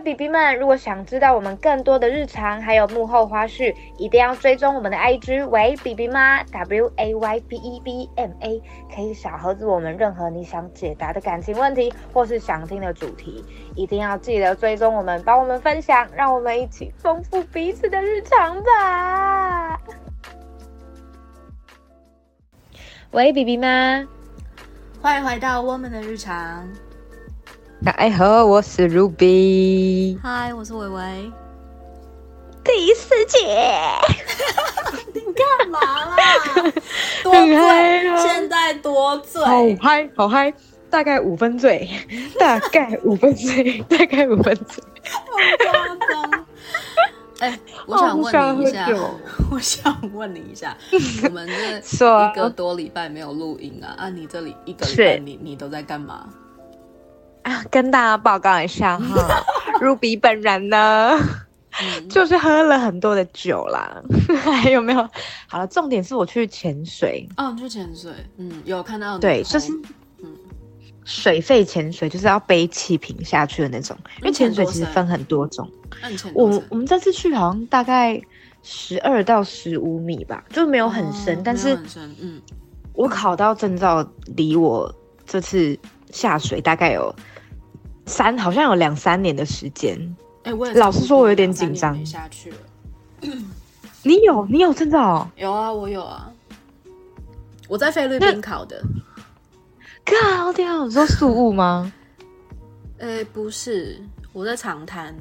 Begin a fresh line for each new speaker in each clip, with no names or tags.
B B 们，如果想知道我们更多的日常还有幕后花絮，一定要追踪我们的 I G 为 B B 妈 W A Y B E B M A，可以小盒子我们任何你想解答的感情问题或是想听的主题，一定要记得追踪我们，帮我们分享，让我们一起丰富彼此的日常吧。喂，B B 妈，
欢迎回到我们的日常。
大家好，我是 Ruby。
嗨，我是伟伟。
第四节，
你干嘛啦？多
很嗨
醉，
啊
现在多醉。
好嗨，好嗨！大概五分醉，大概五分醉，大概五分醉。
夸张。哎、我想问你一下
哦我想喝酒，
我想问你一 下，我们
是
这
啊
一个多礼拜没有录音啊，啊，你这里一个礼拜
是
你你都在干嘛？
啊，跟大家报告一下 哈，Ruby 本人呢，
嗯，
就是喝了很多的酒啦。还有没有？好了，重点是我去潜水，
哦，你去潜水，嗯，有看到你
对，
po
就是
嗯
水肺潜水，就是要背气瓶下去的那种。因为
嗯潜
潜水
多
其实
深
分嗯很多种，
那你潜多
我
深
我们这次去好像大概十二到十五米吧，就没有很深，
哦
但
没有
是
很深，嗯，
我考到证照离我这次下水大概有三，好像有两三年的时间。
哎、我也
老实说我有点
差不多
紧张
两三年没下去了。
你有你有证照、哦？
有啊，我有啊，我在菲律宾考的，
靠掉！你说宿雾吗？
哎、不是，我在长滩，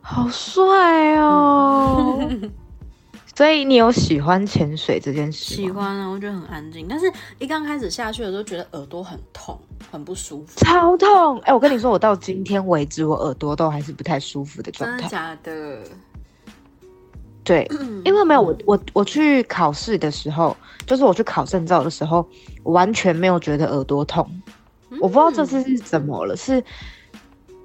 好帅哦！ 所以你有喜欢潜水这件事？
喜，欢啊，我觉得很安静，但是一刚开始下去的时候，觉得耳朵很痛，很不舒服。
超痛！哎、我跟你说，我到今天为止，我耳朵都还是不太舒服的状
真的
态。
假的？
对，
嗯
因为没有我我我去考试的时候，就是我去考证照的时候，我完全没有觉得耳朵痛。
嗯
我不知道这次是怎么了，是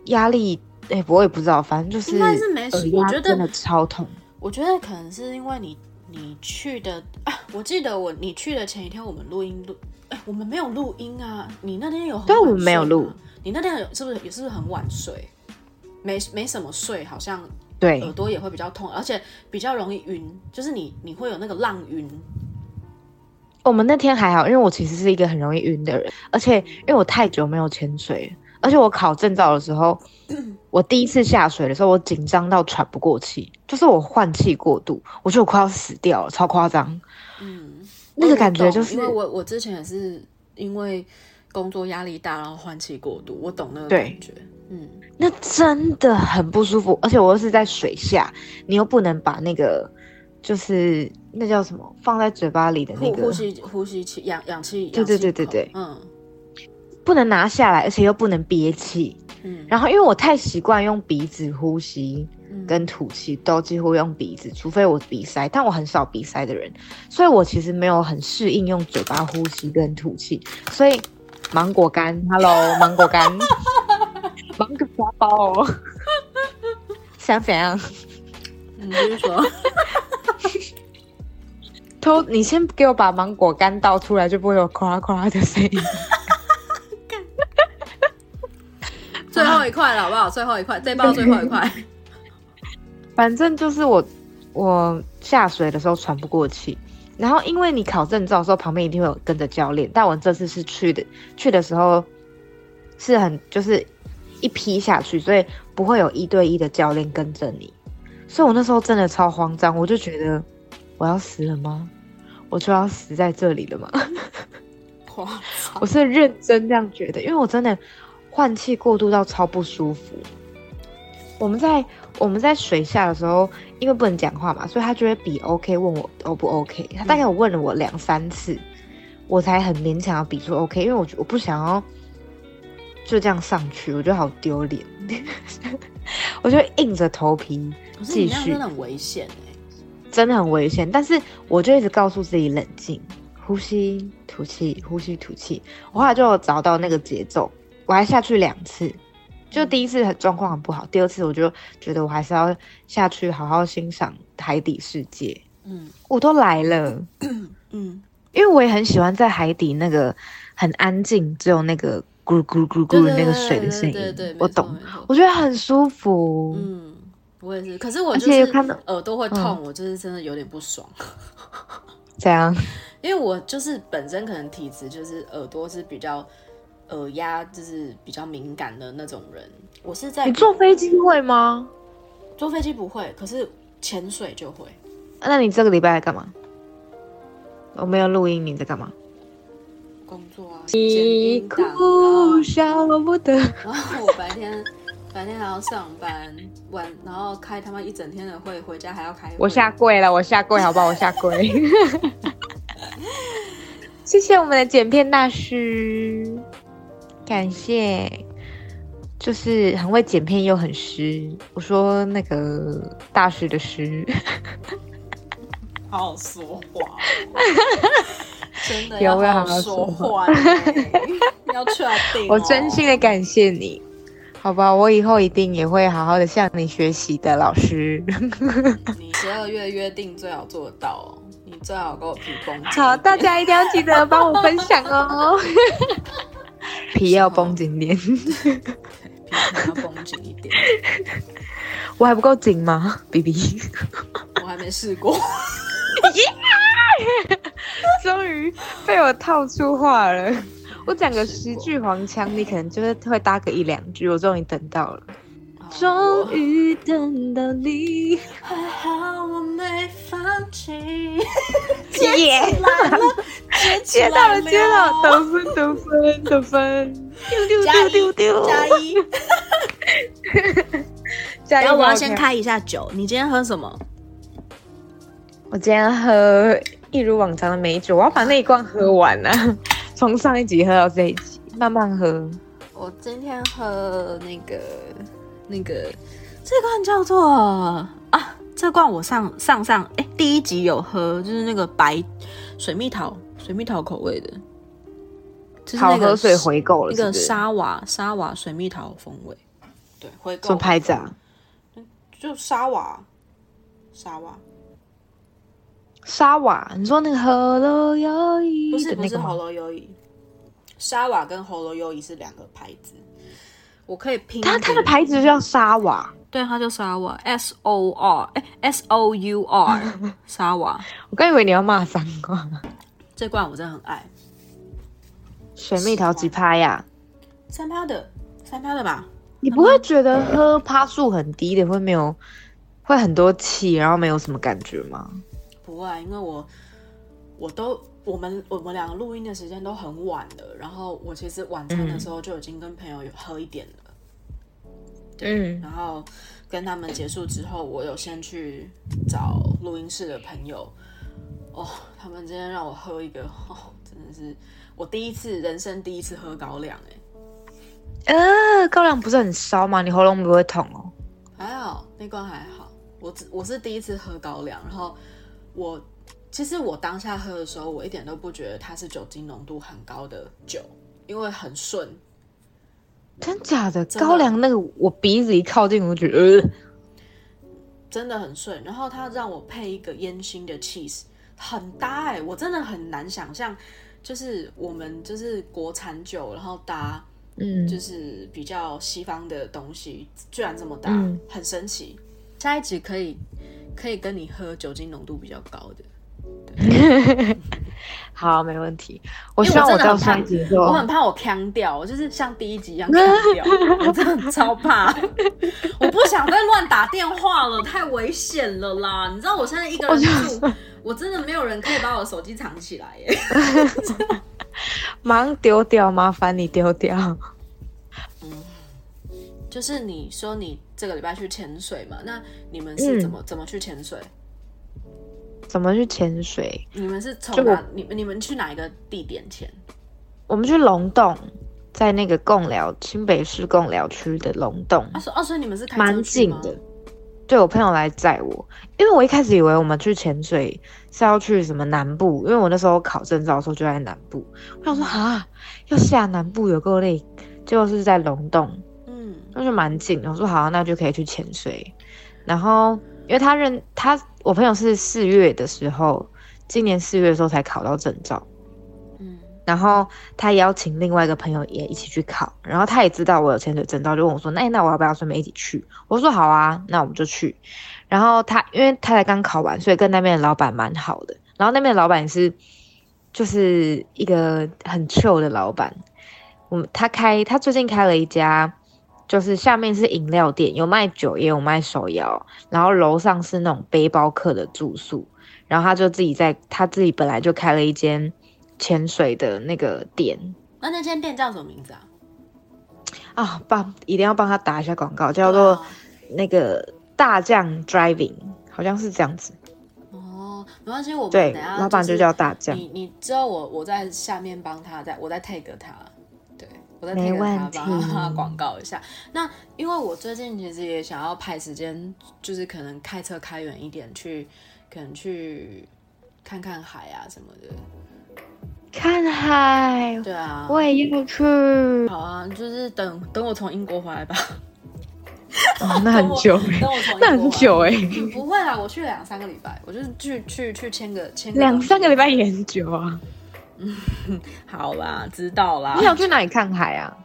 压力？哎、我也不知道，反正就是
应该是没事
耳压
我觉得
真的超痛。
我觉得可能是因为你你去的啊，我记得我你去的前一天我们录音录，哎、我们没有录音啊，你那天有很
对
晚
我们没有
睡吗
录，
你那天有是不是也是不是很晚睡？没没什么睡，好像
对哦
耳朵也会比较痛，而且比较容易晕，就是你你会有那个浪晕，
我们那天还好，因为我其实是一个很容易晕的人，而且因为我太久没有潜水了，而且我考证照的 时候，我第一次下水的时候，我紧张到喘不过气，就是我换气过度，我觉得我快要死掉了，超夸张。
嗯，
那个感觉
我懂
就是
因为我我之前也是因为工作压力大，然后换气过度，我懂那个
对
感觉，嗯，
那真的很不舒服，而且我又是在水下，你又不能把那个就是那叫什么放在嘴巴里的那
呼
个
呼吸呼吸气氧氧气，
对对对对对
氧气口
不能拿下来，而且又不能憋气。
嗯嗯，
然后因为我太习惯用鼻子呼吸
嗯
跟吐气，都几乎用鼻子，除非我鼻塞，但我很少鼻塞的人，所以我其实没有很适应用嘴巴呼吸跟吐气。所以芒果干，Hello，芒果干，芒果沙包哦，想怎样？
你继续 说，
偷，你先给我把芒果干倒出来，就不会有夸夸的声音。
最后一块了好不好？最后一块，这包最后一块，
反正就是我，我下水的时候喘不过气，然后因为你考证照的时候旁边一定会有跟着教练，但我这次是去的，去的时候是很就是一批下去，所以不会有一对一的教练跟着你，所以我那时候真的超慌张，我就觉得我要死了吗？我就要死在这里了吗？
哇
我是认真这样觉得，因为我真的换气过度到超不舒服。我们在我们在水下的时候，因为不能讲话嘛，所以他就会比 OK 问我 O 不 OK。他大概有问了我两三次，我才很勉强要比出 OK，因为我我不想要就这样上去，我觉得好丢脸， 我就硬着头皮
可是
继
你那样
续
真的，很危险哎，
真的很危险。但是我就一直告诉自己冷静，呼吸吐气，呼吸吐气。我后来就有找到那个节奏，我还下去两次。就第一次很状况很不好，第二次我就觉得我还是要下去好好欣赏海底世界。
嗯
我都来了，
嗯，
因为我也很喜欢在海底那个很安静，只有那个咕噜咕噜咕噜咕
对
噜
对
那个
对
水的
对
声音，
对对，
我
没错
懂，
没错
我觉得很舒服。
嗯，我也是，可是我
而
就
且
是
有看到
耳朵会
嗯
痛，我就是真的有点不爽，
这样，
因为我就是本身可能体质就是耳朵是比较耳压就是比较敏感的那种人，我是在
你坐飞机会吗？
坐飞机不会，可是潜水就会。
啊那你这个礼拜在干嘛？我没有录音，你在干嘛？
工作啊，剪音档啊，
笑不得。
然后我白天白天还要上班，晚然后开他妈一整天的会，回家还要开会。
我下跪了，我下跪，好不好？我下跪。 谢谢我们的剪片大师，感谢，就是很会剪片又很湿。我说那个大师的师，
好好说话，哦真的
有
要
没有好
好说
好说
话嘞，要确定哦、
我真心的感谢你，好吧？我以后一定也会好好的向你学习的，老师。
你十二月约定最好做得到哦，你最好给我皮绷紧一点。
好，大家一定要记得帮我分享哦。 皮要绷紧点，
皮要绷紧一点，
我还不够紧 吗，B B？
我还没试过。
终于被我套出话了。 我讲个十句黄腔，你可能就是会搭个一两句。我终于等到了，
好
终于等到你，
还好我没放 弃。
耶！接到了，接到了，得分，得分，得分，丢丢丢丢丢，
加一。
加油！
然后我要
帮
先
调。
开一下酒，你今天喝什么？
我今天喝一如往常的美酒，我要把那一罐喝完啊！从上一集喝到这一集，慢慢喝。
我今天喝那个那个这罐叫做啊，这罐我上上上哎、第一集有喝，就是那个白水蜜桃水蜜桃口味的，就是那
好
个
喝水回购了
那
是
个
不是，
沙瓦沙瓦水蜜桃风味，对回
什么
购
牌子啊？
就沙瓦沙瓦，
沙瓦，你说那个喝了有一
不是
的
不
那
是
个
喉
吗？
咙优怡，沙瓦跟喉咙优怡是两个牌子，我可以拼
它它
给
的
你
牌子就叫沙瓦。
对，它叫沙瓦，S O R，哎，S O U R，沙瓦。
我刚以为你要骂脏话。
这罐我真的很爱，
水蜜桃几趴呀？
三趴的，三趴的吧？
你不会觉得喝趴数很低的会没有，会很多气，然后没有什么感觉吗？
不会啊，因为我我都我们我们两个录音的时间都很晚了，然后我其实晚餐的时候就已经跟朋友有喝一点了，
嗯，
然后跟他们结束之后，我有先去找录音室的朋友，哦，他们今天让我喝一个，哦，真的是我第一次人生第一次喝高粱、哎。
呃，高粱不是很烧吗？你喉咙不会痛哦？
还好，那罐还好。我只我是第一次喝高粱，然后我其实我当下喝的时候，我一点都不觉得它是酒精浓度很高的酒，因为很顺。
真假的？
真的
高粱那个我鼻子一靠近，我就觉得、呃、
真的很顺，然后它让我配一个烟熏的 cheese，很搭哎、我真的很难想象，就是我们就是国产酒，然后搭
嗯，
就是比较西方的东西，居然这么搭，
嗯
很神奇。下一集可以可以跟你喝酒精浓度比较高的，
好，没问题。我
因为
希望
我
我
真的
到
很怕
上一集之后
我很怕我腔掉，我就是像第一集一样腔 掉，我真的超怕，我不想再乱打电话了，太危险了啦！你知道我现在一个人住，我真的没有人可以把我的手机藏起来耶。
马上丢掉，麻烦你丢掉。
就是你说你这个礼拜去潜水嘛？那你们是怎么、
嗯
怎么去潜水？
怎么去潜水？
你们是从
就
哪
我？
你们你们去哪一个地点潜？
我们去龙洞，在那个贡寮新北市贡寮区的龙洞，
啊，所哦，所以你们是开车
蛮
去
近
吗？
的。对我朋友来载我，因为我一开始以为我们去潜水是要去什么南部，因为我那时候考证照的时候就在南部，我
嗯
想说啊，要下南部有够累，结果是在龙洞，
嗯，
那就蛮近的。我说好啊、那就可以去潜水。然后因为他认他，我朋友是四月的时候，今年四月的时候才考到证照，
嗯
然然后他邀请另外一个朋友也一起去考，然后他也知道我有潜水证照，就问我说：“那、那我要不要顺便一起去？”我说：“好啊，那我们就去。”然后他因为他才刚考完，所以跟那边的老板蛮好的。然后那边的老板也是就是一个很 chill 的老板。我们他开他最近开了一家，就是下面是饮料店，有卖酒也有卖手摇，然后楼上是那种背包客的住宿。然后他就自己在他自己本来就开了一间潜水的那个店
那那间店叫什么名字啊？
啊，帮一定要帮他打一下广告，叫
啊
做那个大酱 Driving，好像是这样子。
哦，没关系，我们
对，
等一下
老板
就
就是叫大酱，
你你之后我我在下面帮他，在我在 tag 他，对我在
没
tag
问
他
题
帮他 广告一下。那因为我最近其实也想要排时间，就是可能开车开远一点去，可能去看看海啊什么的。
看海，
对啊，
我也要去。哦，
好啊，就是等等我从英国回来吧。
哦那很久，欸
等我从英国回来
那很久哎、
嗯不会啦，我去两三个礼拜，我就是去去去签个签个
两
东西
三个礼拜也很久啊。
好啦，知道啦
你。想去哪里看海啊？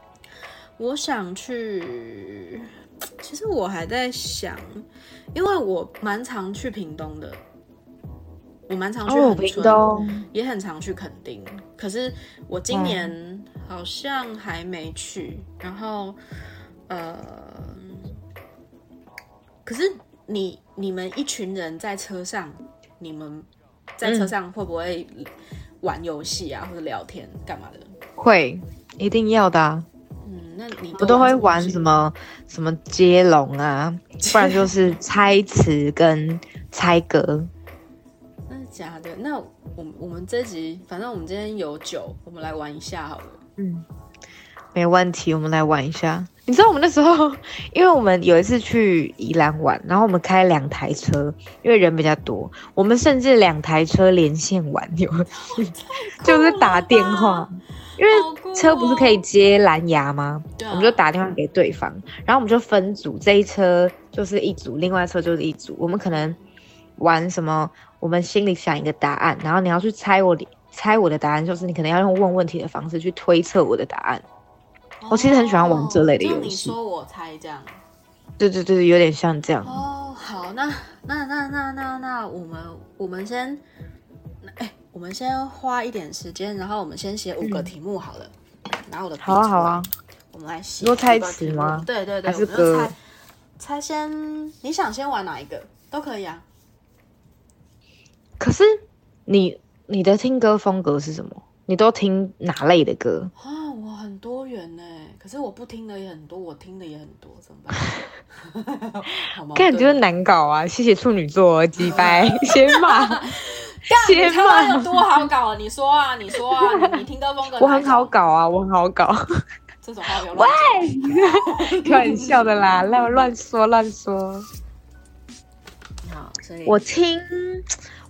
我想去，其实我还在想，因为我蛮常去屏东的，我蛮常去
哦，
恒
屏
春，
东，嗯
也很常去垦丁。可是我今年好像还没去，然后呃，可是你你们一群人在车上，你们在
嗯
车上会不会玩游戏啊，或者聊天干嘛的？
会一定要的、啊。
嗯，那你
我都会
玩
玩
么游戏
什么什么接龙啊，不 然就是猜词跟猜歌。
真的假的？那我们我们这集，反正我们今天有酒，我们来玩一下好了。
嗯，没问题，我们来玩一下。你知道我们那时候， 因为我们有一次去宜兰玩，然后我们开两台车，因为人比较多，我们甚至两台车连线玩，有 就是打电话，因
好酷哦
为车不是可以接蓝牙吗？
对啊，
我们就打电话给对方，然后我们就分组，这一车就是一组，另外一车就是一组。我们可能玩什么，我们心里想一个答案，然后你要去猜我的猜我的答案，就是你可能要用问问题的方式去推测我的答案。
哦。
我其实很喜欢玩这类的游戏
就你说我猜这样。
对对对，有点像这样。
哦，好，那那那那那那我们我们先，那哎、我们先花一点时间，然后我们先写五个题目好了。拿我的笔
嗯好啊
出来
好啊，，
我们来写。
你说猜词吗
对对对，
还是
我们就
歌
猜猜先，你想先玩哪一个都可以啊。
可是你你的听歌风格是什么？你都听哪类的歌？
啊，我很多元呢，可是我不听的也很多，我听的也很多，怎么 办？好矛
看你就是
盾哦
难搞啊！谢谢处女座哦，鸡掰， 先骂，先
干 你他妈有
骂。
多好搞啊？你说啊，你说啊，你你听歌风格
我
哪一
很好
种，
搞啊，我很好 搞。
这种话不要乱讲。
开玩笑的啦，乱乱说乱说。
好，所以
我听，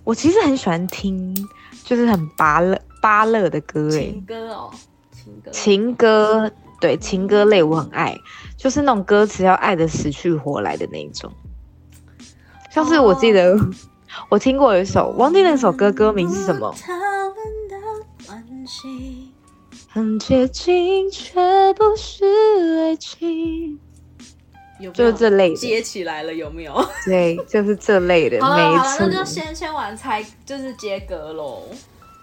我其实很喜欢听，就是很芭乐芭乐的歌诶
情，歌哦，情歌，
情歌，对情歌类我很爱，就是那种歌词要爱的死去活来的那一种。像是我记得、
哦
我听过有一首，忘记那首歌歌名是什么，
讨论的关系
很接近却不是爱情，
有没有
就是这类的，
接起来了，有没有？
对，就是这类的，
好了
没
好了，那就
错。
先先玩猜，就是接歌喽。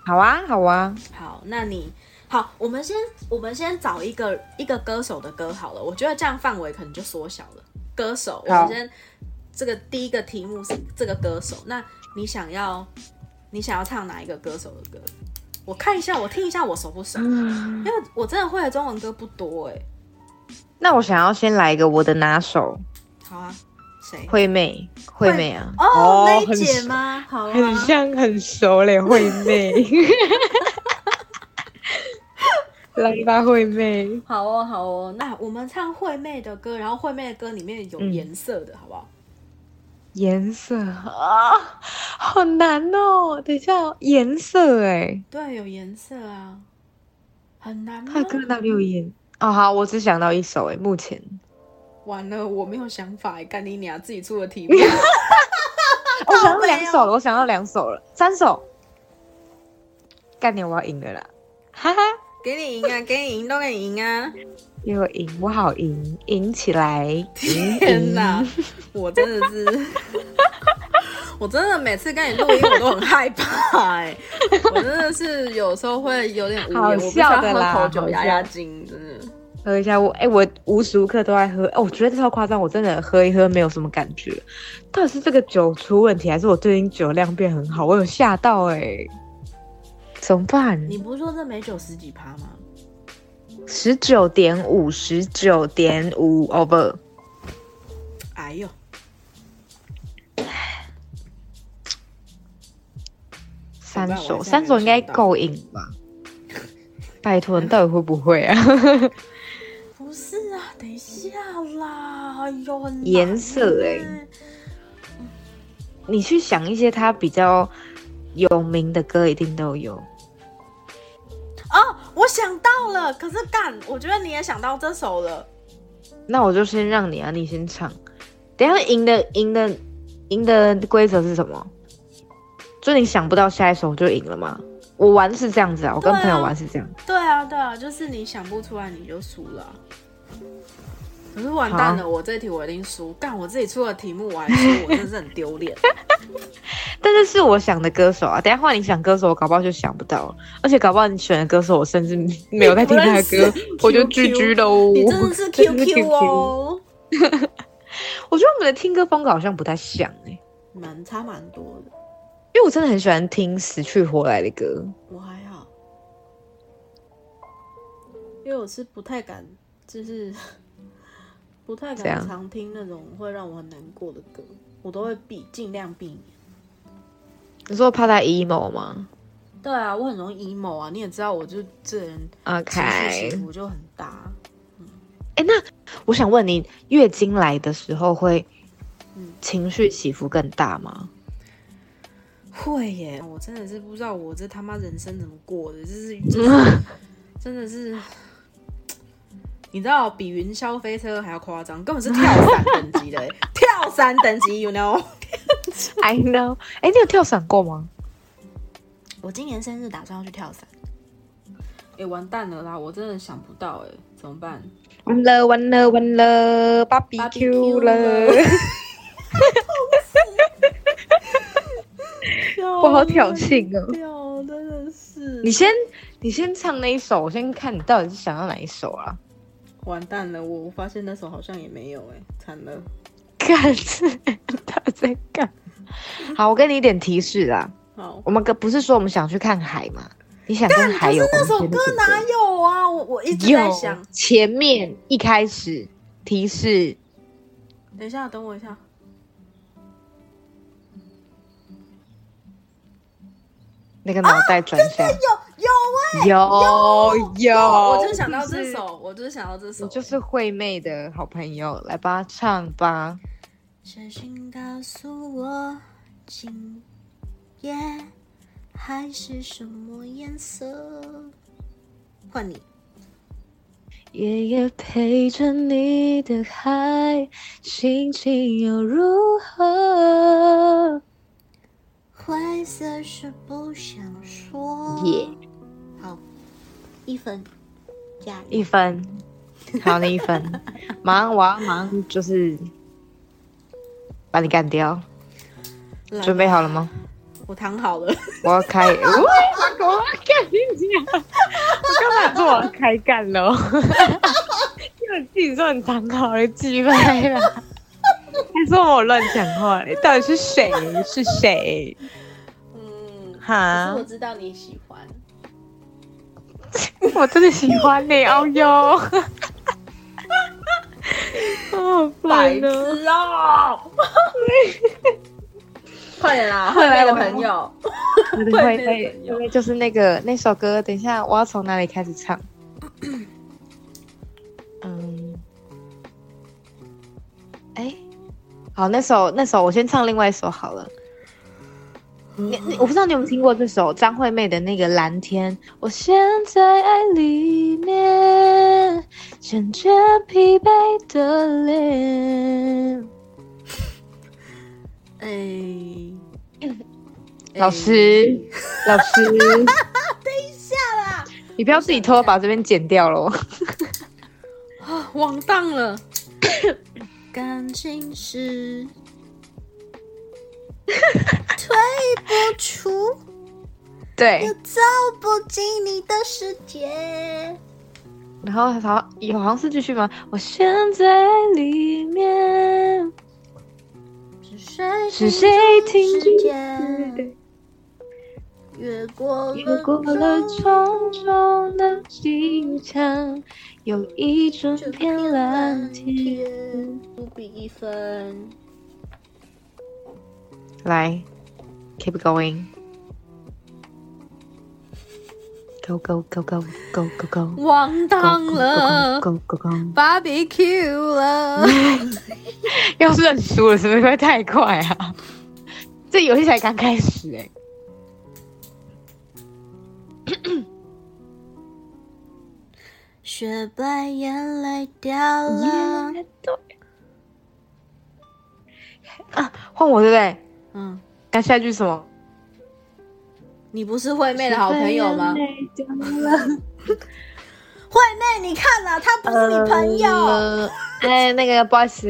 好啊，好啊，
好，那你好，我们先我们先找一个一个歌手的歌好了，我觉得这样范围可能就缩小了。歌手，我
好
们先这个第一个题目是这个歌手，那你想要你想要唱哪一个歌手的歌？我看一下，我听一下我熟不熟，
嗯。
因为我真的会的中文歌不多哎、
那我想要先来一个我的拿手，
好啊， 谁？
惠妹，惠妹啊，
哦，梅
很
姐
熟？
吗？好啊，
很像，很熟嘞，惠妹。 来吧，惠妹。
好哦，好哦，那我们唱惠妹的歌，然后惠妹的歌里面有
嗯
颜色的，好不好？
颜色啊，好难哦！等一下哦，颜色哎，
对，有颜色啊，很难吗
他？的歌哪里有颜？哦，好，我只想到一首哎，目前。
完了，我没有想法耶，干你娘自己出的 题目。
哦我想到两首了，我想到两首了，三首。干点我要赢了啦！哈哈，
给你赢啊，给你赢，都给你赢啊！
给我赢，我好赢，赢起来，赢
天
赢
哪，我真的是， 我真的每次跟你录音我都很害怕哎、我真的是有时候会有点无言，
好
我必须要
笑的
喝
啦
口酒
好
压压
笑
惊，真的。
喝一下我，哎、我无时无刻都在喝，哎、我觉得超夸张，我真的喝一喝没有什么感觉，到底是这个酒出问题，还是我最近酒量变很好？我有吓到哎、怎么办？
你不是说这美酒十几趴吗？
十九点五，十九点五，over。哦
哎呦，
三
我
首，
现在
三首应该够瘾吧？ 拜托，你到底会不会啊？
不是啊，等一下啦，哎呦，很难
颜色欸
欸
你去想一些他比较有名的歌，一定都有。
哦，我想到了，可是干，我觉得你也想到这首了。
那我就先让你啊，你先唱。等一下赢的赢的赢的规则是什么？就你想不到下一首就赢了吗？我玩是这样子啊，我跟
对啊
朋友玩是这样。
对啊，对啊，就是你想不出来你就输了啊。可是完蛋了，我这题我一定输。干，我自己出的题目我还输，我真是很丢脸。
但是是我想的歌手啊，等一下换你想歌手，我搞不好就想不到了。而且搞不好你选的歌手，我甚至没有在听他的
你
歌
不认识，
我就
QQ
GG 喽。
你真 的是 QQ。哦，
我觉得我们的听歌风格好像不太像哎、
蛮差蛮多的。
因为我真的很喜欢听死去活来的歌。
我还好，因为我是不太敢，就是 不太
怎
敢
样
常听那种会让我很难过的歌，我都会避，尽量避免。
你说怕他 emo 吗
对啊，我很容易 emo 啊，你也知道，我就这人
？OK，
情绪起
哎、
伏就很大。
诶那我想问你，月经来的时候会
嗯
情绪起伏更大吗？
会耶，我真的是不知道我这他妈人生怎么过的，就是就是真的是，你知道比云霄飞车还要夸张，根本是跳伞等级的耶，欸 跳伞等级，you know。
I know，哎、你有跳伞过吗？
我今年生日打算要去跳伞。哎、完蛋了啦！我真的想不到哎、怎么办
完了完了完了，BBQ
？BBQ
了， 我好挑衅哦！
掉，真的是
你先，你先唱那一首，我先看你到底是想要哪一首啊？
完蛋了！我我发现那首好像也没有哎、惨了。
干，他在干。好，我给你一点提示啦。
好，
我们跟不是说我们想去看海吗？你想跟海
可
有
是
关
那首
系
歌
的是
哪有啊？我我一直在想
有，前面一开始提示
等一下，等我一下。
那个脑袋转向，
有有
啊有有，
我就是想到这
哦就是。
首，我就是想到这首
你。就是惠妹的好朋友，来吧，唱吧。
写信告诉我，今夜海是什么颜色？换你，
夜夜陪着你的海，心情又如何？
灰色是不想说。
耶、
好，一分，加
一分，好，那一 分，马上我要马上就是把你干掉，
来
准备好了吗？
我躺好了。
我要开， 哦我要我要干你啊！我刚才说我要开干了， 因为我自己说很躺好了，鸡掰了，还说我乱讲话嘞，到底是谁？是谁？
嗯，可
哈
是我，知道你喜欢。
我真的喜欢你，哦 哟，
白痴
好烦哦！
哦！ 快点啦，
快
会
来
飞的
我
朋友，
会
会
会
会
会会，就是那个那首歌，等一下我要从哪里开始唱？嗯，哎、好，那首那首我先唱另外一首好了。你你我不知道你有没有听过这首张惠妹的那个《蓝天》，我陷在爱里面，看见疲惫的脸。
哎、
老师，老师，
下啦，
你不要自己偷偷把这边剪掉喽。
啊，完蛋了！感情 是退不出，
对
又，走不进你的世界。
然后好，有好像是继续吗？我陷在里面，
是谁？
是谁停
世
止？
界？
对
越过
越过了重重的心墙，有一整
这
片
片
蓝
蓝
天。
天，不比一分。
来，keep going。Go go go go go go go！
完蛋了
go go go！
，barbecue 了。
要是认输了，是不是会太快啊？这游戏才刚开始哎、
雪白眼泪掉了。
对。啊，换我对不对？
嗯，
那下一句什么？
你不是惠妹的好朋友吗？惠妹，你看啦、他不是你朋友。
呃哎，那个不好意思，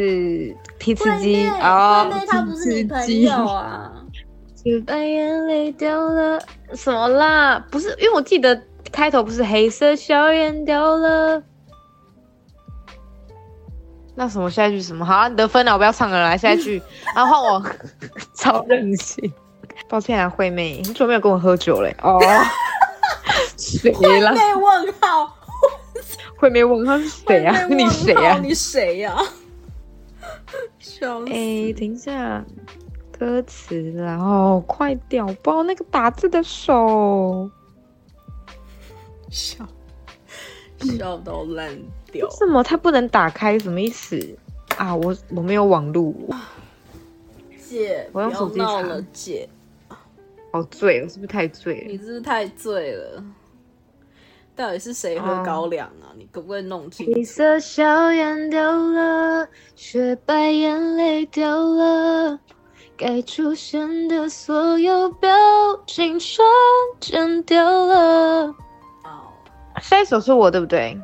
提
惠
词机
妹，
哦
惠，妹，他不是你朋友啊。
就把眼泪掉了，什么啦？不是，因为我记得开头不是黑色小眼掉了。那什么下一句什么？好、啊，你得分了，我不要唱了，来下一 句，然后换我，超任性。抱歉啊，惠妹，很久没有跟我喝酒嘞。 哦，谁啦？
被问号，
惠妹问他是谁啊？
惠妹
你
问号
谁啊？
你谁 呀、笑死！
哎、等一下，歌词啦，然后快点，我不知道那个打字的手。
笑笑到烂掉
为。什么它不能打开？什么意思啊？我我没有网路，
姐，不
我用
要
手机
闹
查
了，姐，
好醉哦了，是不是太醉
你
了？
是不是太醉了？到底是谁喝高粱啊？你可不可以弄清
黑
楚？
色小眼掉了，雪白眼泪掉了，该出现的所有表情瞬间掉了。
哦
下一首是我对不对？
啊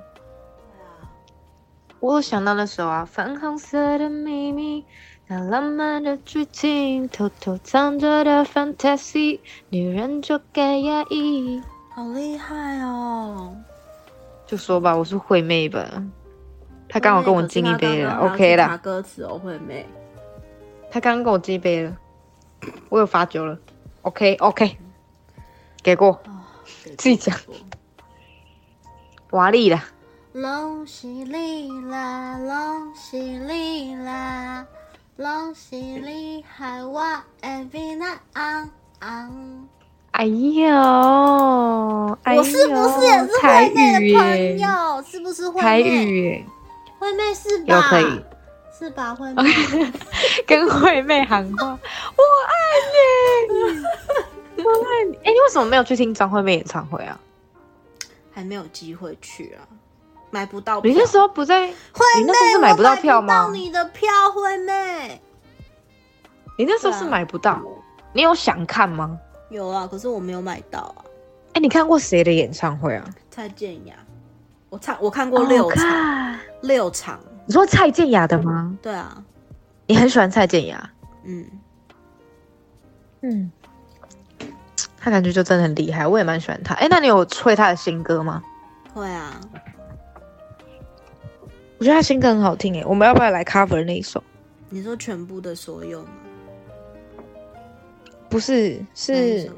我有想到那首啊，粉红色的秘密，那浪漫的剧情，偷偷藏着的 fantasy，女人就该压抑。
好厉害哦！
就说吧，我是惠妹吧。他刚好跟我敬一杯
可是
了
他刚刚
，OK
还要去查
啦。
歌词哦，惠妹。
他刚刚跟我敬一杯了，我有罚酒了，OK OK，给过
啊
自己讲。华丽啦，
隆喜利啦，隆喜利啦，隆喜利海哇艾比那昂昂。
哎呦，哎呦
我是不是也是
台
惠妹
语
的朋
耶？
友？是不是惠
台
妹？
语耶，
惠妹是吧？
有可以
是吧？惠妹，
跟惠妹喊话，我爱 你，我爱你。哎、你为什么没有去听张惠妹演唱会啊？
还没有机会去啊，买不到票。
你那时候不在， 你
惠妹，
那时候是买
我
不到票吗
买不到你的票，惠妹。
那时候是
对啊
买不到，你有想看吗？
有啊，可是我没有买到啊。
哎、你看过谁的演唱会啊？
蔡健雅，我唱我看过六场，
哦看
六场，
你说蔡健雅的吗？
对啊，
你很喜欢蔡健雅？
嗯，
嗯，她感觉就真的很厉害，我也蛮喜欢她。哎、那你有吹她的新歌吗？
会啊，
我觉得她新歌很好听哎，我们要不要来 cover 那一首？
你说全部的所有吗？
不是，
哪一
是
首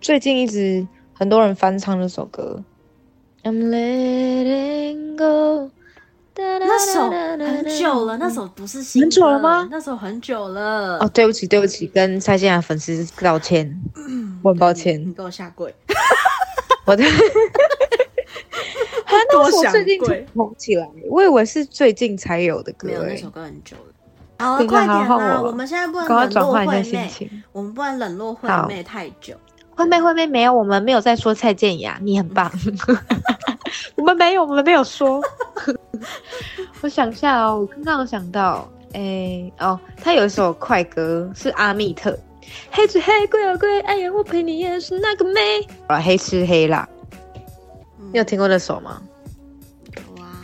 最近一直很多人翻唱那首歌。I'm letting go。
那
那
首很久了，那首不是新歌
很久了吗
那首很久了。
哦，对不起，对不起，跟蔡健雅粉丝道歉，
嗯
我很抱歉
你，你给我下跪，
我的。他 那首
多想
最近才
跪
红起来，我以为是最近才有的歌、
没有那
欸
首。歌很久了。好 了，
等一
快
下
点
好换
啦！
我
我们现在不能
赶快
冷
转
落
换一下
惠
心
妹，
情。
我们不能冷落惠
好
妹太久。
惠妹，惠妹没有，我们没有在说蔡健雅，你很 棒。我们没有，我们没有说。 我想一下哦，我刚刚有想到，诶，哦，他有一首快歌是阿密特，黑吃黑，贵啊贵，哎呀，我陪你也是那个妹。啊，黑吃黑啦。
嗯
你有听过那首吗？
有啊，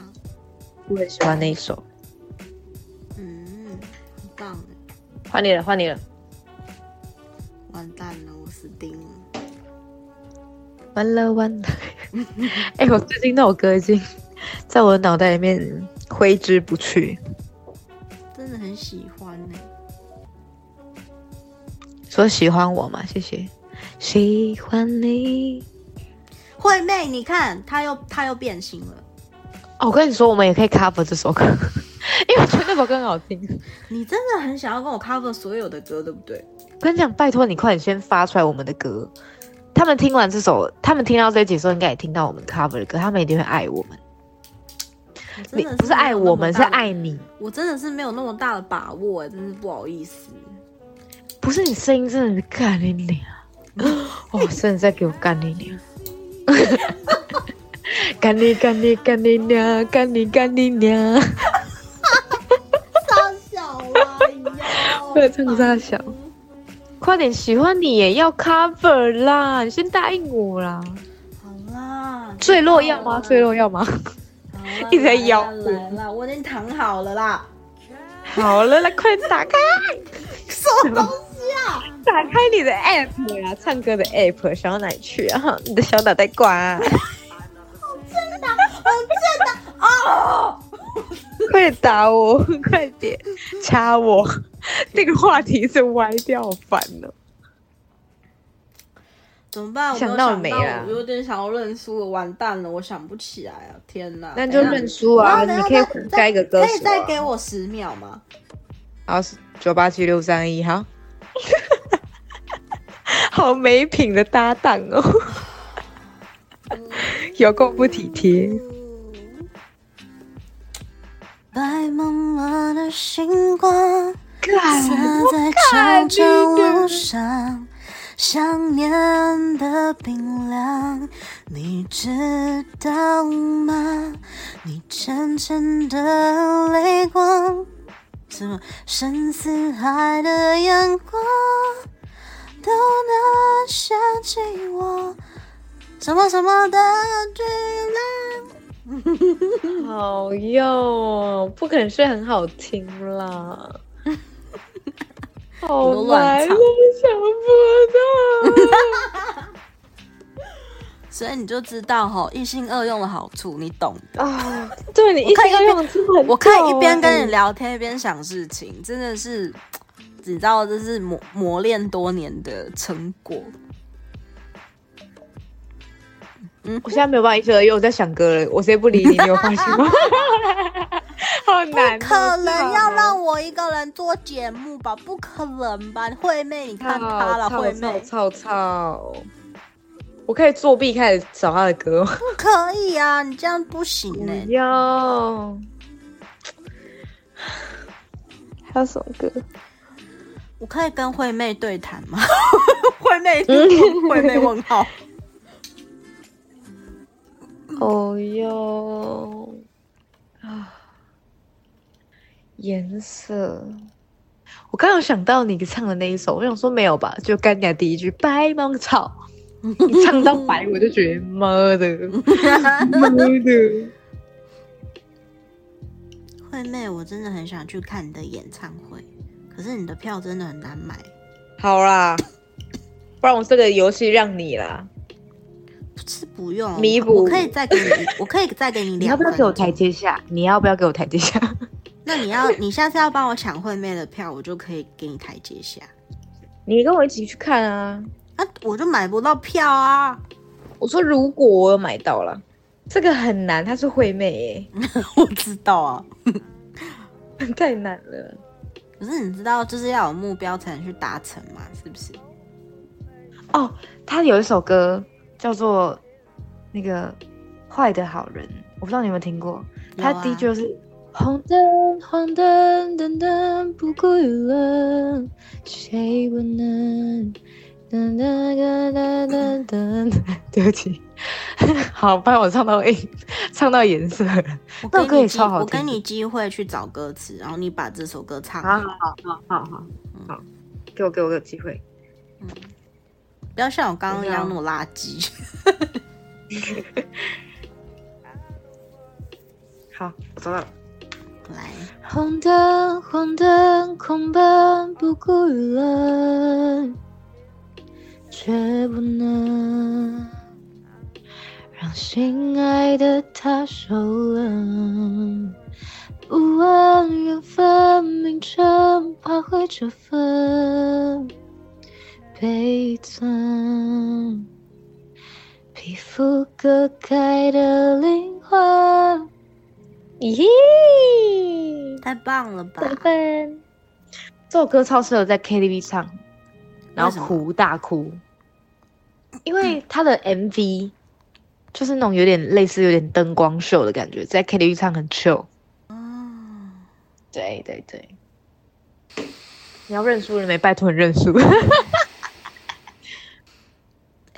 我很喜欢那一首。
嗯，很棒，
换你了，换你了，
完蛋了，我死定了。
完了完了。 哎、我最近那首歌已经在我的脑袋里面挥之不去，
真的很喜欢欸呢、
说喜欢我嘛，谢谢。喜欢你。
惠妹，你看，她又她又变形了。
哦，我跟你说，我们也可以 cover 这首歌， 因为我觉得那首歌很好听。
你真的很想要跟我 cover 所有的歌，对不对？
我跟你讲，拜托你快点先发出来我们的歌。他们听完这首，他们听到这一集的时候，应该也听到我们 cover 的歌，他们一定会爱我们。
我真
你
的
不是
没有
爱
那
我
么
们，是
大的
爱你。
我，真的是没有那么大的把握、真是不好意思。
不是你声音真的是干你娘！ 哇、哦，真的在给我干你娘！ 干你干你干你娘！干你干你娘！
傻小啊，哟
对唱傻小快点，喜欢你也要 cover 啦！你先答应我啦！
好啦，
坠落要
好
吗？
啦
坠落要吗？
好啦
一直在摇
来啦来啦，我已经躺好了 啦。
好了，来快点打开，
什么东西啊？
打开你的 app 呀、唱歌的 app，想到哪里去啊？你的小脑袋瓜、啊，
我真的哦，
快点打我，快点掐我！ 这个话题是歪掉，好烦哦。
怎么办？我没有
想
想
到
到
了没啊
我有点想要认输了，完蛋了，我想不起来啊！天哪，
那
等
就
一下
认输啊！
等
你
一下
可以
等一下
加一个歌手、啊。
可以再给我十秒吗？
好，九八七六三一，好。 好没品的搭档哦， 有够不体贴。
白茫茫的星光洒在
看
长
这个
江湾上，想念的冰凉，你知道吗？你浅浅的泪光，什么深似海的眼光，都能想起我什么什么的巨浪。
好哟，不可能是很好听 啦。好
都
难啊
乱
了
唱，
想不到。
所以你就知道吼，一心二用的好处，
哦
你懂的。
啊，对你一
可以
心
一
二
边
用真的很
我可以
妙
一边跟
欸
你聊天，一边想事情，真的是，你知道这是磨磨练多年的成果。
我现在没有办法一心二用，我在想歌了，我直接不理你，你有发现吗？好难哦，
可能要
我
让我一个人做节目吧？不可能吧？惠妹，你看她了，惠妹，
哦操操操！我可以作弊开始找他的歌吗？
不可以啊！你这样不行呢、
嗯要。还有什么歌？
我可以跟惠妹对谈 吗？惠妹，惠妹问号。
哦哟啊，颜色。我刚有想到你唱的那一首，我想说没有吧，就干掉第一句“白芒草”，你唱到白我就觉得妈的，妈的。
惠妹，我真的很想去看你的演唱会，可是你的票真的很难买，
好啦，不然我这个游戏让你啦。
不是不用
弥补
我可以再给 你，我可以再给你
你
两
要不要
分
给我
钟
台阶下？你要不要给我台阶下？
那你要，你下次要帮我抢惠妹的票，我就可以给你台阶下。
你跟我一起去看啊！
啊，我就买不到票啊！
我说如果我有买到了，这个很难，她是惠妹耶、
我知道啊，
太难了。
可是你知道，就是要有目标才能去达成嘛，是不是？
哦，她有一首歌叫做那个《坏的好人》，我不知道你有没有听过。她
有啊
第一句就是。红灯，黄灯，等等不顾于了，谁不能？噔噔噔噔噔噔，对不起，好，不然我唱到音，唱到颜色了。
我
那
给你机，
首歌也超好
我给
听
你机会去找歌词，然后你把这首歌唱
好
好，
好好好好好好，给我给我个机会。
不要像我刚刚一样
我知
那么垃圾。
好，我找到了。
来，
红灯，红灯，空奔不顾于人，却不能让心爱的他受冷。不问缘分名称，怕会这份悲惨。皮肤割开的灵魂，
咦，
太棒了吧？
得分。
这首歌超适合在 KTV 唱，然
为什
后
么
哭大哭，因为它的 MV 就是那种有点类似有点灯光秀的感觉，在 KTV 唱很 chill。
哦，
对对对，你要认输了没？拜托你认输。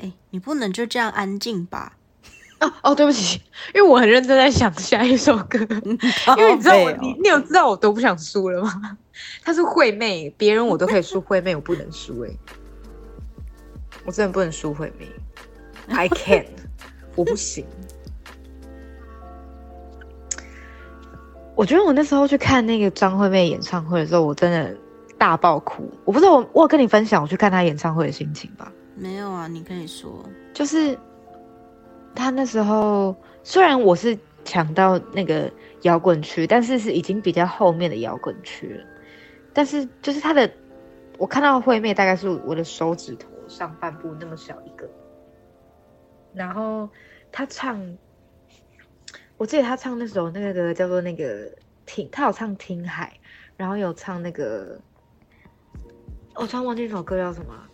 哎、你不能就这样安静吧？
哦 哦，对不起，因为我很认真在想下一首歌， 因为你知道我，
靠背
你
哦
你嗯有知道我多不想输了吗？她是惠妹，别人我都可以输，惠妹我不能输哎、我真的不能输惠妹，I can，我 不行。 我觉得我那时候去看那个张惠妹演唱会的时候，我真的大爆哭。我不知道我我有跟你分享我去看她演唱会的心情吧，
没有啊，你可以说，
就是她那时候虽然我是抢到那个摇滚区，但是是已经比较后面的摇滚区了。但是就是她的，我看到惠妹大概是我的手指头上半部那么小一个，然后她唱，我记得她唱那首那个叫做那个听，她有唱《听海》，然后有唱那个，我突然忘记那首歌叫什么了。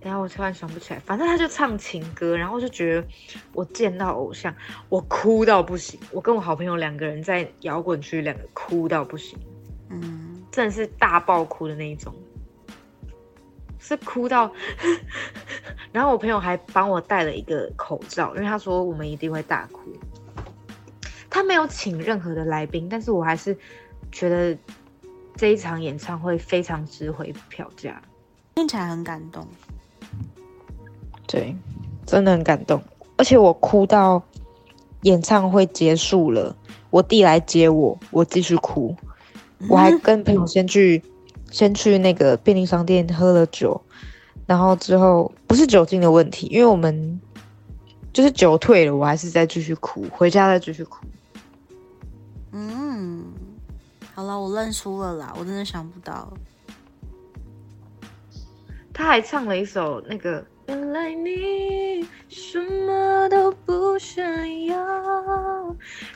等一下，我突然想不起来。反正他就唱情歌，然后就觉得我见到偶像，我哭到不行。我跟我好朋友两个人在摇滚区，两个哭到不行，
嗯，
真的是大爆哭的那一种，是哭到。然后我朋友还帮我戴了一个口罩，因为他说我们一定会大哭。他没有请任何的来宾，但是我还是觉得这一场演唱会非常值回票价。
听起来很感动。
对，真的很感动，而且我哭到演唱会结束了，我弟来接我，我继续哭，我还跟朋友先去、先去那个便利商店喝了酒，然后之后不是酒精的问题，因为我们就是酒退了，我还是再继续哭，回家再继续哭。
嗯，好了，我认输了啦，我真的想不到。
他还唱了一首那个。原来你什么都不想要。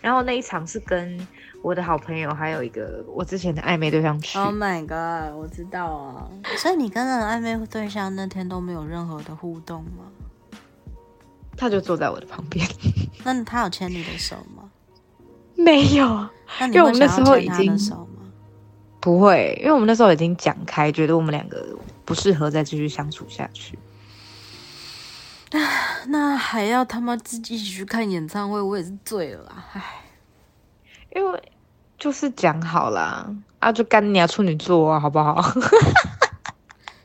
然后那一场是跟我的好朋友，还有一个我之前的暧昧对象去。
Oh my god，我知道啊。所以你跟那个暧昧对象那天都没有任何的互动吗？
他就坐在我的旁边。
那他有牵你的手吗？
没有，
那你
因为我
会
们那
想
时
要
候
牵
已
他的
经
手吗？
不会，因为我们那时候已经讲开，觉得我们两个不适合再继续相处下去。
那还要他妈自己一起去看演唱会，我也是醉了啦。唉，
因为就是讲好啦，啊，就干你啊，处女座啊，好不好？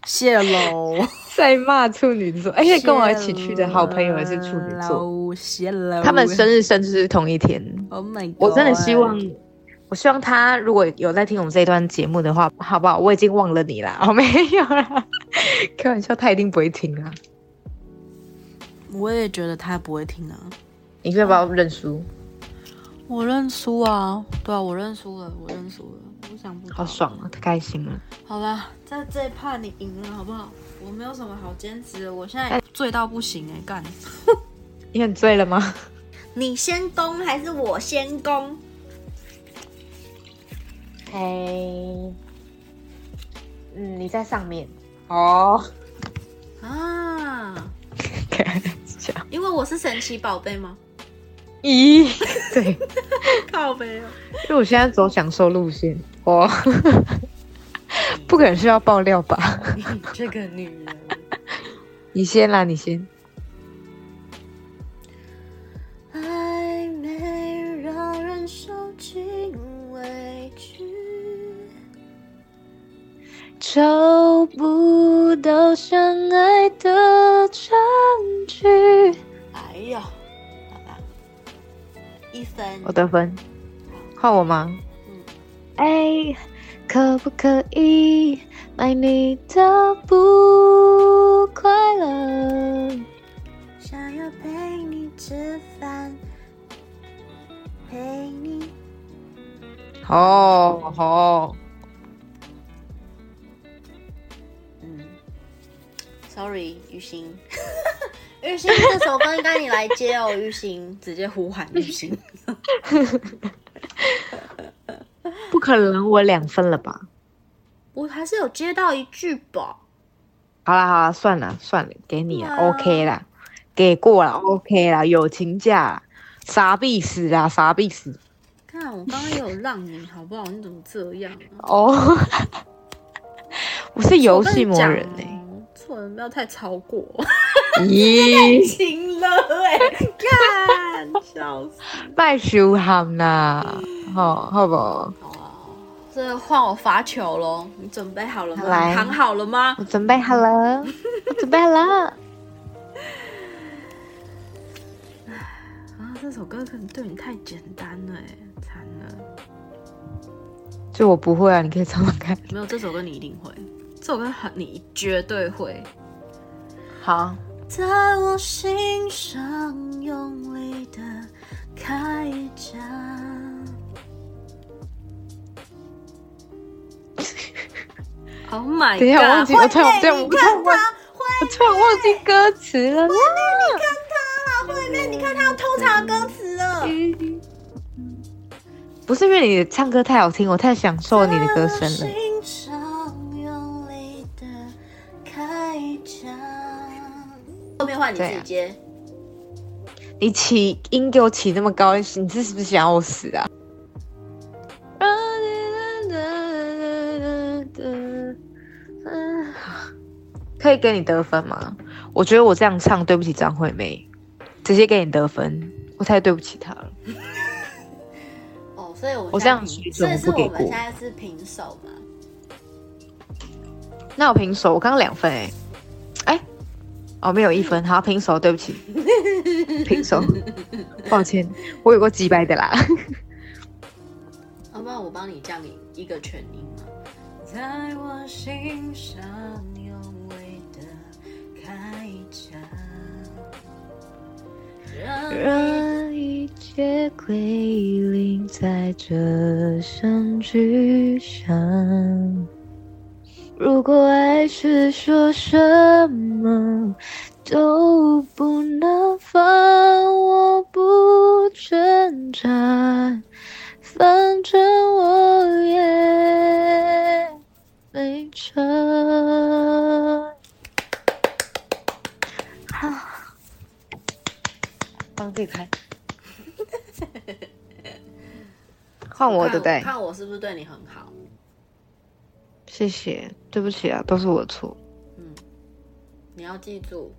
谢喽。
再骂处女座， 而且跟我一起去的好朋友也是处女座，
座，谢喽。
他们生日甚至是同一天。
，Oh my god！
我真的希望，我希望他如果有在听我们这一段节目的话，好不好？我已经忘了你啦，哦，没有啦， 开玩笑，他一定不会听啊。
我也觉得他不会听啊。
你要不要认输？
我认输啊，对啊，我认输了，我认输了，我想不到。
好爽啊，太开心了。
好啦，在这一趴你赢了，好不好？我没有什么好坚持的，我现在醉到不行哎、干！
你很醉了吗？
你先攻还是我先攻？
嘿，哎嗯，你在上面。哦，
啊，
开玩笑。
因为我是神奇宝贝吗？
咦，对，
靠背哦。
因为我现在走享受路线。哦， 不可能是要爆料吧？
你这个女人。
你先啦，你先。
暧昧让人受尽委屈。
找不到相爱的证据。
哎呀，好吧，
一分
我。得分，换我吗？
嗯，
哎，可不可以买你的不快乐？
想要陪你吃饭，陪你。
哦哦，
嗯，Sorry，玉兴， 玉兴这首歌应该你来接 哦，玉兴直接呼喊玉兴。
不可能，我两分了吧？
我还是有接到一句吧，
好啦好啦，算了算了，给你了、
哇
o k 啦，给过了，OK 啦，友情价啦，傻逼死啊，傻逼死！
看我刚刚也有让你，好不好？你怎么这样啊？
哦， 我是游戏魔
魔
人欸呢、
做人不要太超过，
咦，
行了
欸
哎、看，笑死！
卖羞喊啦，好好不好？
这换我罚球喽，你准备好了吗？
来
躺好了吗？
我准备好了，我准备好了。
啊，这首歌可能对你太简单了哎、
欸
惨了。
就我不会啊，你可以唱唱 看。
没有这首歌你一定会，这首歌很你绝对会。
好，
在我心上用力的开闸。Oh my god！
等一下我忘记，我突
突
然
然
我突然我突然忘，
啊
我突然忘记歌词了啦。
会面，你看他要偷查歌词了。
不是因为你唱歌太好听，我太享受
啊
你的歌声了。
欣赏用力的开闸。后面换你自己接。
你起音给我起那么高，你是不是想要我死 啊？可以给你得分吗？我觉得我这样唱对不起张惠妹，直接给你得分，我太对不起她了。
哦，所以我们
我
现在
这样
平
水准我
所以
不
是我
给过
们现在是平手嘛？
那我平手，我刚刚两分哎、哎、哦没有一分，好平手，对不起，平手，抱歉，我有过几百的啦。
哦要、不然我帮你降一个全音嘛？在我心上用力的开闸，让
让一切归零，在这声巨响。如果爱是说什么都不能放，我不挣扎，反正我也没差。
帮自己拍。换我对不对？
看我是不是对你很好？
谢谢，对不起啊，都是我的错。
嗯，你要记住，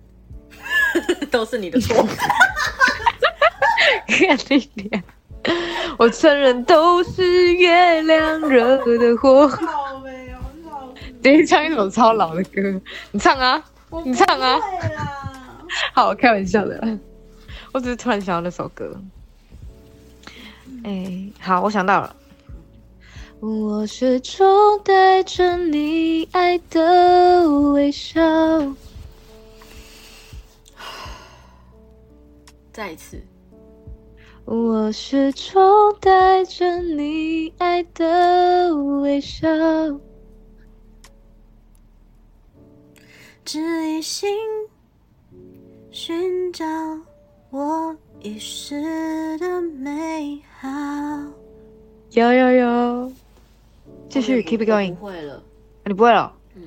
都是你的 错。
看你脸，我承认都是月亮惹的祸。
好没有，好，
直接唱一首超老的歌，你唱啊，
我
你唱啊！
对啦。
好，开玩笑的啦，我只是突然想到那首歌。哎、好，我想到了，
我始终带着你爱的微笑。
再一次，
我始终带着你爱的微笑，
只一心寻找我遗失的美好。
有有有，继续 keep it
我
going，啊
不会了，
你不会了，
嗯，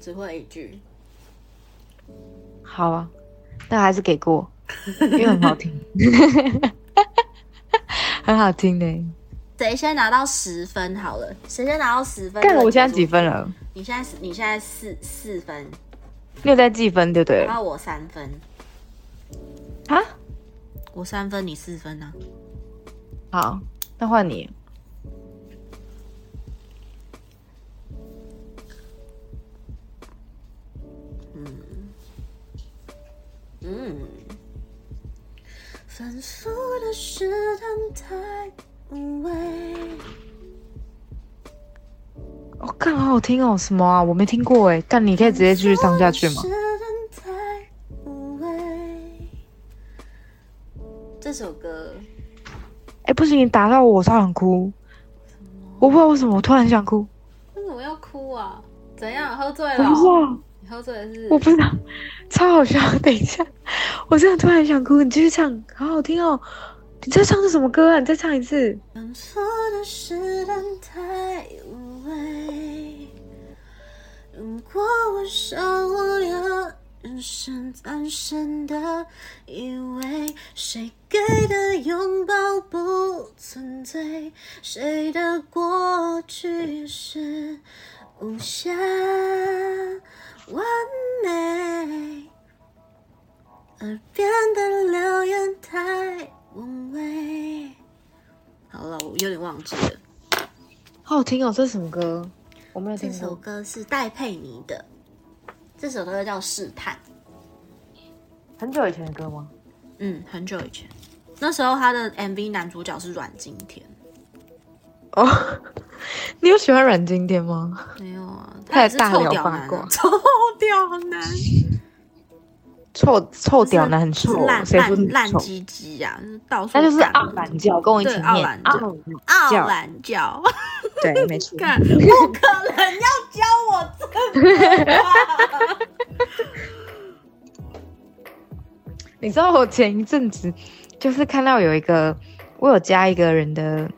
只会一句。
好啊，但还是给过，因为很好 听，很好听呢、
谁先拿到十分好了？谁先拿到十分？
但我现在几？分了？
你现在是你现在四四分，
你有在计分对不对
然
了？
后我三分，
啊，
我三分，你四分啊？
好，那换你。
嗯。反复的试探太无味。
哦，干好好听哦，什么啊？我没听过哎，但你可以直接继续唱下去吗
反？复的试探太无味嗯这首歌，
哎，不行，你打到我，我超想哭。我不知道为什啊么，我突然想哭。
为什么要哭啊？怎样？喝醉
我
了
不知
哦？
道，
你喝醉了是？
我不知道，超好笑。 等一下，我真的突然想哭，你继续唱，好好听哦。你在唱的什么歌啊？你再唱一次。
反复的试探太无味。如果我受不了人生单身的以为，谁给的拥抱不存在，谁的过去是无瑕完美。耳边的流言太无味。好了，我有点忘记了。
好好听哦，这是什么歌？我没有
这
听
首
过。
歌是戴佩妮的，这首歌叫《试探》。
很久以前的歌吗？
嗯，很久以前，那时候他的 MV 男主角是阮经天。
哦，你有喜欢阮经天吗？
没有啊，
太
也是
大
臭
了
屌
八
男、啊
卦，
臭屌男，
臭臭屌男
男
很臭，哦
烂
谁说
烂
你
烂
臭？
鸡鸡啊，就是到处
那就是
干
傲懒教，跟我一起
对
念
傲懒教
傲懒
傲
叫
懒叫，
对，没错。
干不可能要教我这 个吧？
你知道我前一阵子就是看到有一个，我有加一个人的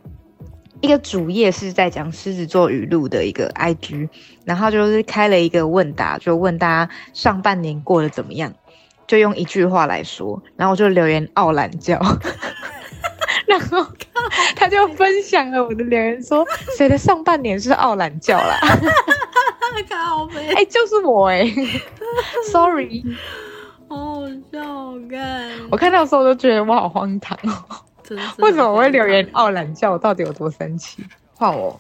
一个主页是在讲狮子座语录的一个 IG，然后就是开了一个问答，就问大家上半年过得怎么样，就用一句话来说，然后我就留言傲懒觉， 然后他就分享了我的留言说，谁的上半年是傲懒觉啦？
靠背
哎、，就是我哎、s o r r y
好好笑，干
我看到的时候就觉得我好荒唐哦。
真是
为什么我会
很
留言
荒唐
傲懒叫？我到底有多生气？换我。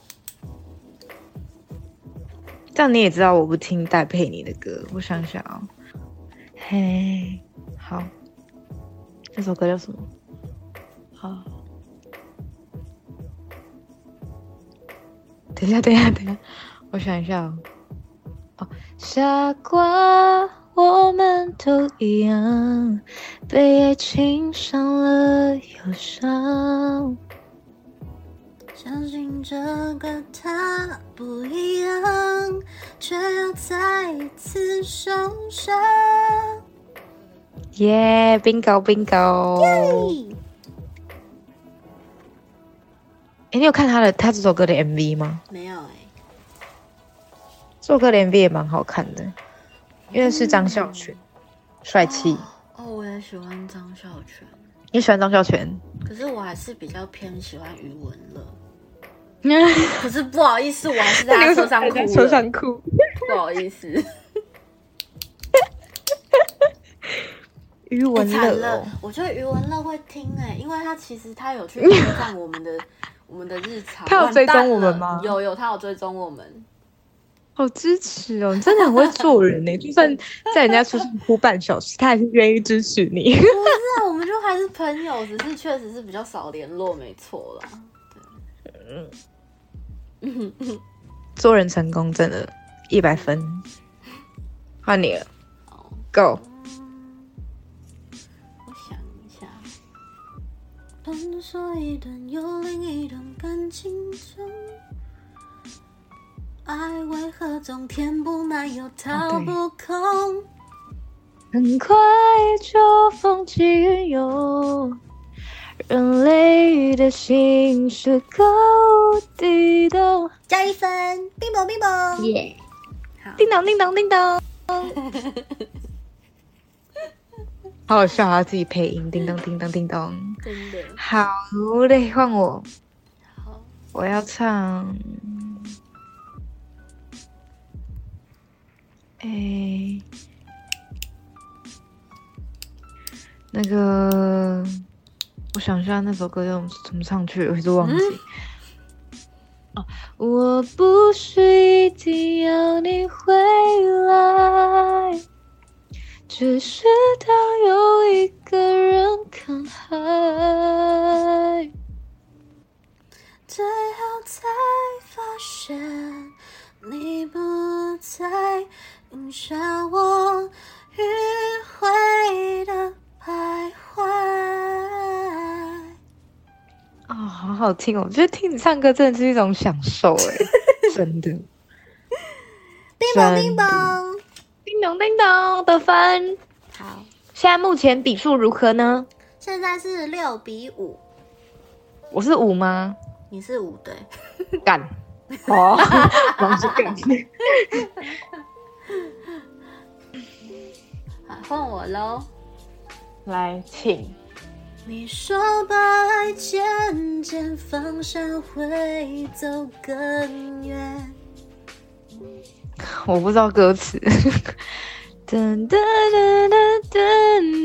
这样你也知道我不听戴佩妮的歌。我想想啊、嘿，好，这首歌叫什么？好，等一下，等一下，等一下，我想一下哦。哦，傻瓜，我们都一样。被爱情伤了又伤。
相信这个他不一样，却又再一次受伤。
耶、b i n g o bingo！哎、诶你有看他的他这首歌的 MV 吗？
没有哎、
这首歌的 MV 也蛮好看的，因为是张孝全，帅气。
哦，我也喜欢张孝全，
你喜欢张孝全？
可是我还是比较偏喜欢余文乐。可是不好意思，我还是在他车上 哭
在
了。
车上哭。
不好意思，
余文
哎惨
乐、
了
哦，，
我觉得余文乐会听哎、因为他其实他有去追上我们的我们的日常。
他有
完
追踪
蛋
我们
了
吗
有有，他有追踪我们。
好支持哦！你真的很会做人呢、欸就算在人家车上哭半小时，他还是愿意支持你。
啊那我们就还是朋友，只是确实是比较少联络，没错啦。
做人成功真的一百分。换你了
哦，
，Go！
我想一下，分手一段又另一段感情中，爱为何总填不满又掏不空？
很快就风起云涌，人类的心是高低动。
加一分，冰雹冰雹。
耶、
好，
叮咚叮咚叮咚， 好好笑啊！自己配音，叮咚叮咚叮咚。
真的
好嘞，换我，
好。
我要唱。哎、那个，我想一下那首歌要怎么唱去，我一直忘记。哦，我不是一定要你回来，
只是当有一个人看海，最后才发现你不再映照我迂回的徘徊。
哦，好好听哦！我觉得听你唱歌真的是一种享受 哎，真的。
叮咚叮咚，
叮咚叮咚得分，
好，
现在目前比数如何呢？
现在是六比五，
我是五吗？
你是五对。
干，哦，我是干。
好，换我喽。
来，请。
你说把爱渐渐放下，会走更远。
我不知道歌词。噔噔噔噔噔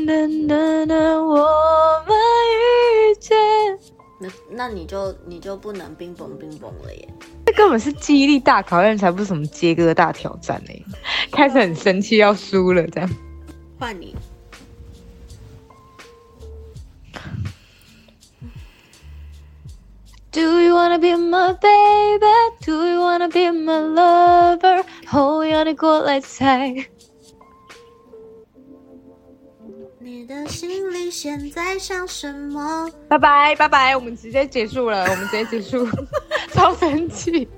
噔噔噔，我们遇见。
那那你就你就不能冰崩冰崩了耶！
这根本是记忆力大考验，才不是什么接歌大挑战呢、开始很生气，要输了这样。
换你，
Do you wanna be my baby? Do you wanna be my lover? 后要你过来猜。
你的心里现在想什么？
拜拜拜拜，我们直接结束了，我们直接结 束，超生气。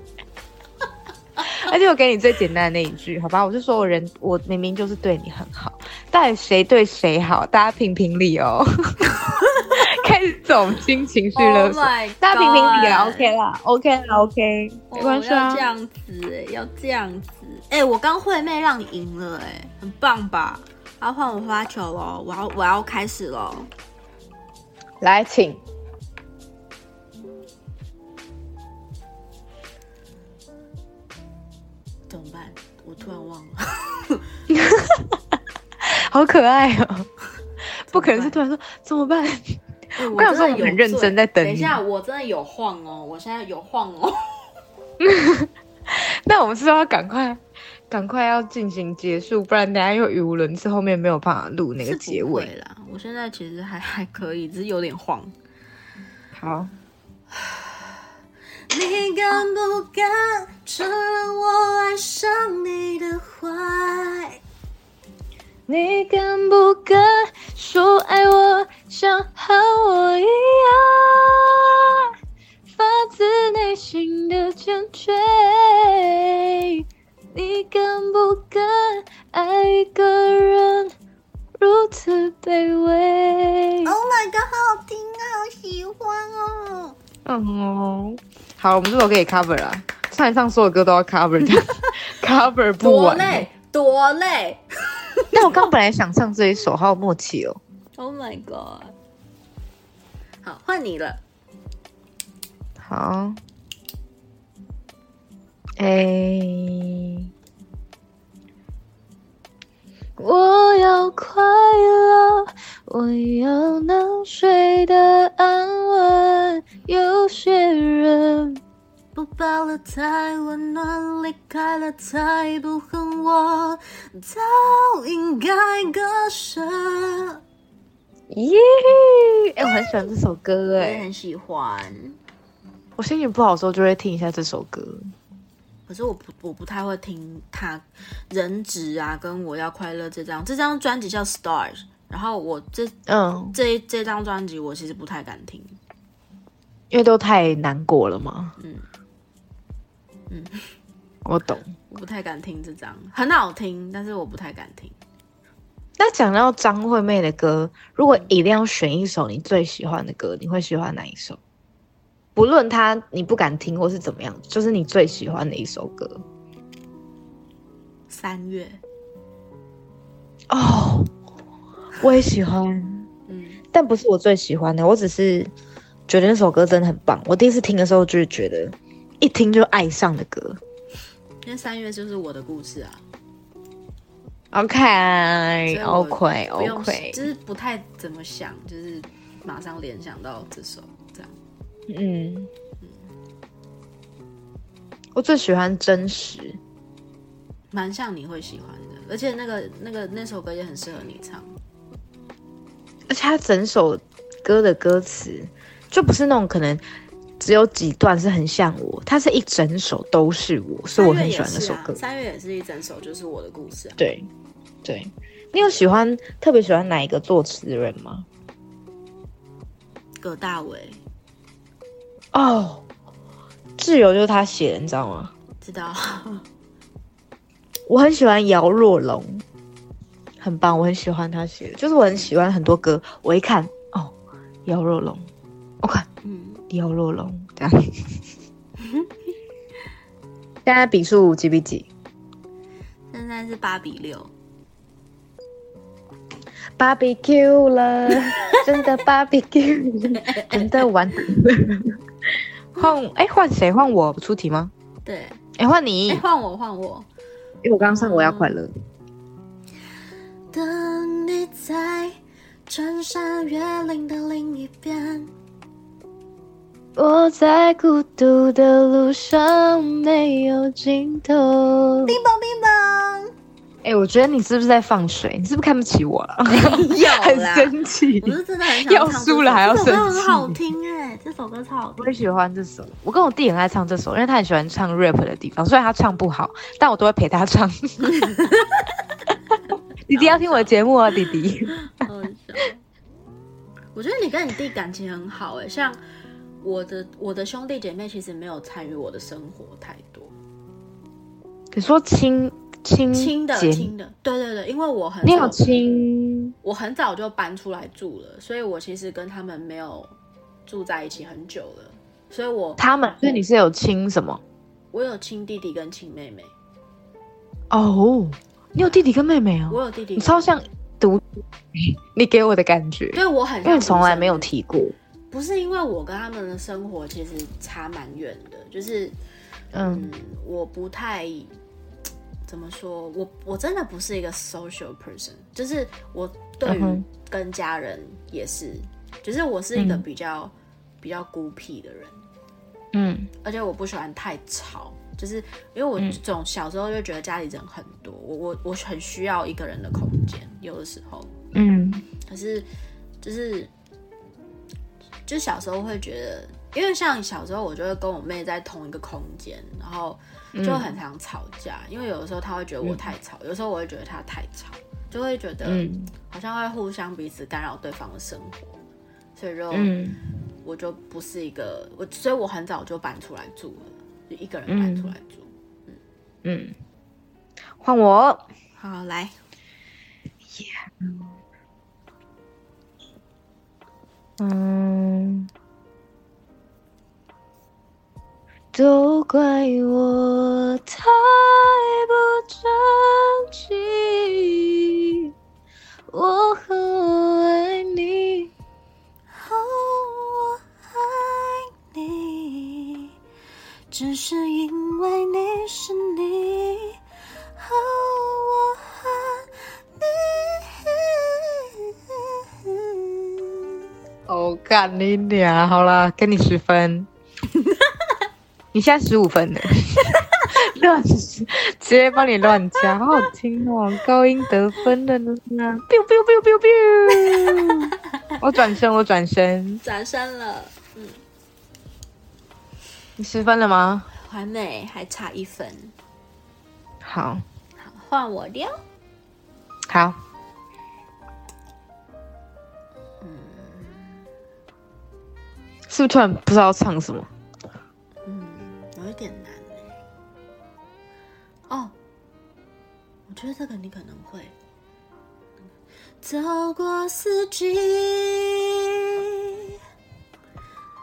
而且我给你最简单的那一句，好吧？我就说我人，我明明就是对你很好，到底谁对谁好？大家评评理 哦。开始走进情绪勒
Oh
索
my
大家评评理啦
God
啊，OK 啦，OK 啦，OK，没关系
哦要
啊
这。样子哎，要这样子哎、我刚惠妹让你赢了哎，很棒吧？要换我发球喽，我要我要开始喽。
来，请。
怎么办？我突然忘了。
好可爱哦！不可能
怎么办
是突然说怎么办？
欸我
刚才
真的
说哎我
有
很认真
醉
在等
等一
你
下，我真的有晃哦，我现在有晃哦。
那我们是不是要赶快，赶快要进行结束，不然等下又语无伦次，后面没有办法录那个
是
结
不会
尾。
啦，我现在其实还还可以，只是有点晃。
好，
你敢不敢承认我爱上你的坏？
你敢不敢说爱我，像和我一样，发自内心的坚决？
你敢不敢爱一个人如此卑微？Oh my god，好好听啊，好喜欢哦！
嗯哦，好，我们这首可以 cover 啦，上一上所有歌都要 cover 的，cover 不
多
完。
累，多累
那我刚本来想唱这一首，好有默契哦。
！Oh my god，好，换你了。
好，哎、
我要快乐，我要能睡得安稳。有些人不抱了太温暖，离开了太不恨我，早应该割舍。
耶！哎、我很喜欢这首歌
我
哎、
也很喜欢，
我心情不好的时候就会听一下这首歌。
可是我不我不太会听他人质啊，跟我要快乐这张这张专辑叫 Stars，然后我这
嗯，
这这张专辑我其实不太敢听。
因为都太难过了嘛。
嗯
嗯
嗯
嗯，我懂。
我不太敢听这张，很好听，但是我不太敢听。
那讲到张惠妹的歌，如果一定要选一首你最喜欢的歌，你会喜欢哪一首？不论它你不敢听或是怎么样，就是你最喜欢的一首歌
三月，
哦。我也喜欢。
嗯，
但不是我最喜欢的，我只是觉得那首歌真的很棒。我第一次听的时候就是觉得，一听就爱上的歌。
因为三月就是我的故事啊，
OK
所以我
OK
不用
OK，
就是不太怎么想，就是马上联想到这首这样。
嗯，我最喜欢真实。
蛮像你会喜欢的。
而且那个那个那首歌也很适合你唱。
而且他整首歌的歌词就不是那种可能只有几段是很像我，它是一整首都是我，所以我很喜欢那首
啊
歌。
三月也是一整首，就是我的故事啊。
对，对，你有喜欢特别喜欢哪一个作词人吗？
葛大为
哦，挚友就是他写的，你知道吗？
知道，
我很喜欢姚若龙，很棒，我很喜欢他写的，就是我很喜欢很多歌，我一看哦，姚若龙，我看
嗯，
姚若龙这样。现在比数几比几？
嗯
现在是八比六，
barbecue 了，真的 barbecue 了，真的完蛋了。换哎换谁？换我出题吗？
对，
哎换你，
哎，换我换我。
因为哎我刚刚唱我要快乐。
当你在穿山越岭的另一边，我在孤独的路上没有尽头。
冰棒冰棒，
哎，我觉得你是不是在放水？你是不是看不起我了？
有
很
啦。
生气
我。是真的很想
要
唱这
输了
首
还要
这首歌
生
很
气
好听哎、这首歌超好
我
听
也。喜欢这首，我跟我弟很爱唱这首，因为他很喜欢唱 rap 的地方，虽然他唱不好，但我都会陪 他唱。弟弟要听我的节目哦，弟弟。
好笑我觉得你跟你弟感情很好哎、像我的我的兄弟姐妹其实没有参与我的生活太多，
你说亲亲
亲的
嗯姐
亲的，对对对，因为我很
你有
早
亲
我很早就搬出来住了，所以我其实跟他们没有住在一起很久了，所以我
他们，所以你是有亲什么？
我有亲弟弟跟亲妹妹，
哦，你有弟弟跟妹妹
我
哦，
有弟弟
你，超像独， 你给我的感觉，
对我很
因为
像
你从
啊
来没有
独生女
提过。
不是因为我跟他们的生活其实差蛮远的，就是
嗯
嗯，我不太怎么说，我我真的不是一个 social person，就是我对
嗯
于
哼
跟家人也是，就是我是一个
嗯
比较、比较孤僻的人，
嗯
而且我不喜欢太吵，就是因为我
嗯
总小时候就觉得家里人很多，我我我很需要一个人的空间，有的时候，
嗯
可是就是就小时候会觉得，因为像小时候我就会跟我妹在同一个空间，然后
嗯
就很常吵架，因为有的时候她会觉得我太吵，有时候我会觉得她太吵，就会觉得
嗯
好像会互相彼此干扰对方的生活，所以就、
嗯
我就不是一个我，所以我很早就搬出来住了，就一个人搬出来住。
嗯，换我。
好，来，
嗯，
都怪我太不争气，我很爱你，哦，我爱你，只是因为你是你，哦，我爱哦你。
哦，干你俩，好啦，给你十分。你现在十五分了，乱直接帮你乱加，好好听哦，高音得分了呢。biu biu biu biu biu，我转身，我转身，
掌声了，嗯，
你十分了吗？
完美，还差一分，
好，
好，换我撩。
好，是不是突然不知道唱什么？
嗯，有一点难欸哦，我觉得这个你可能会。
走过四季，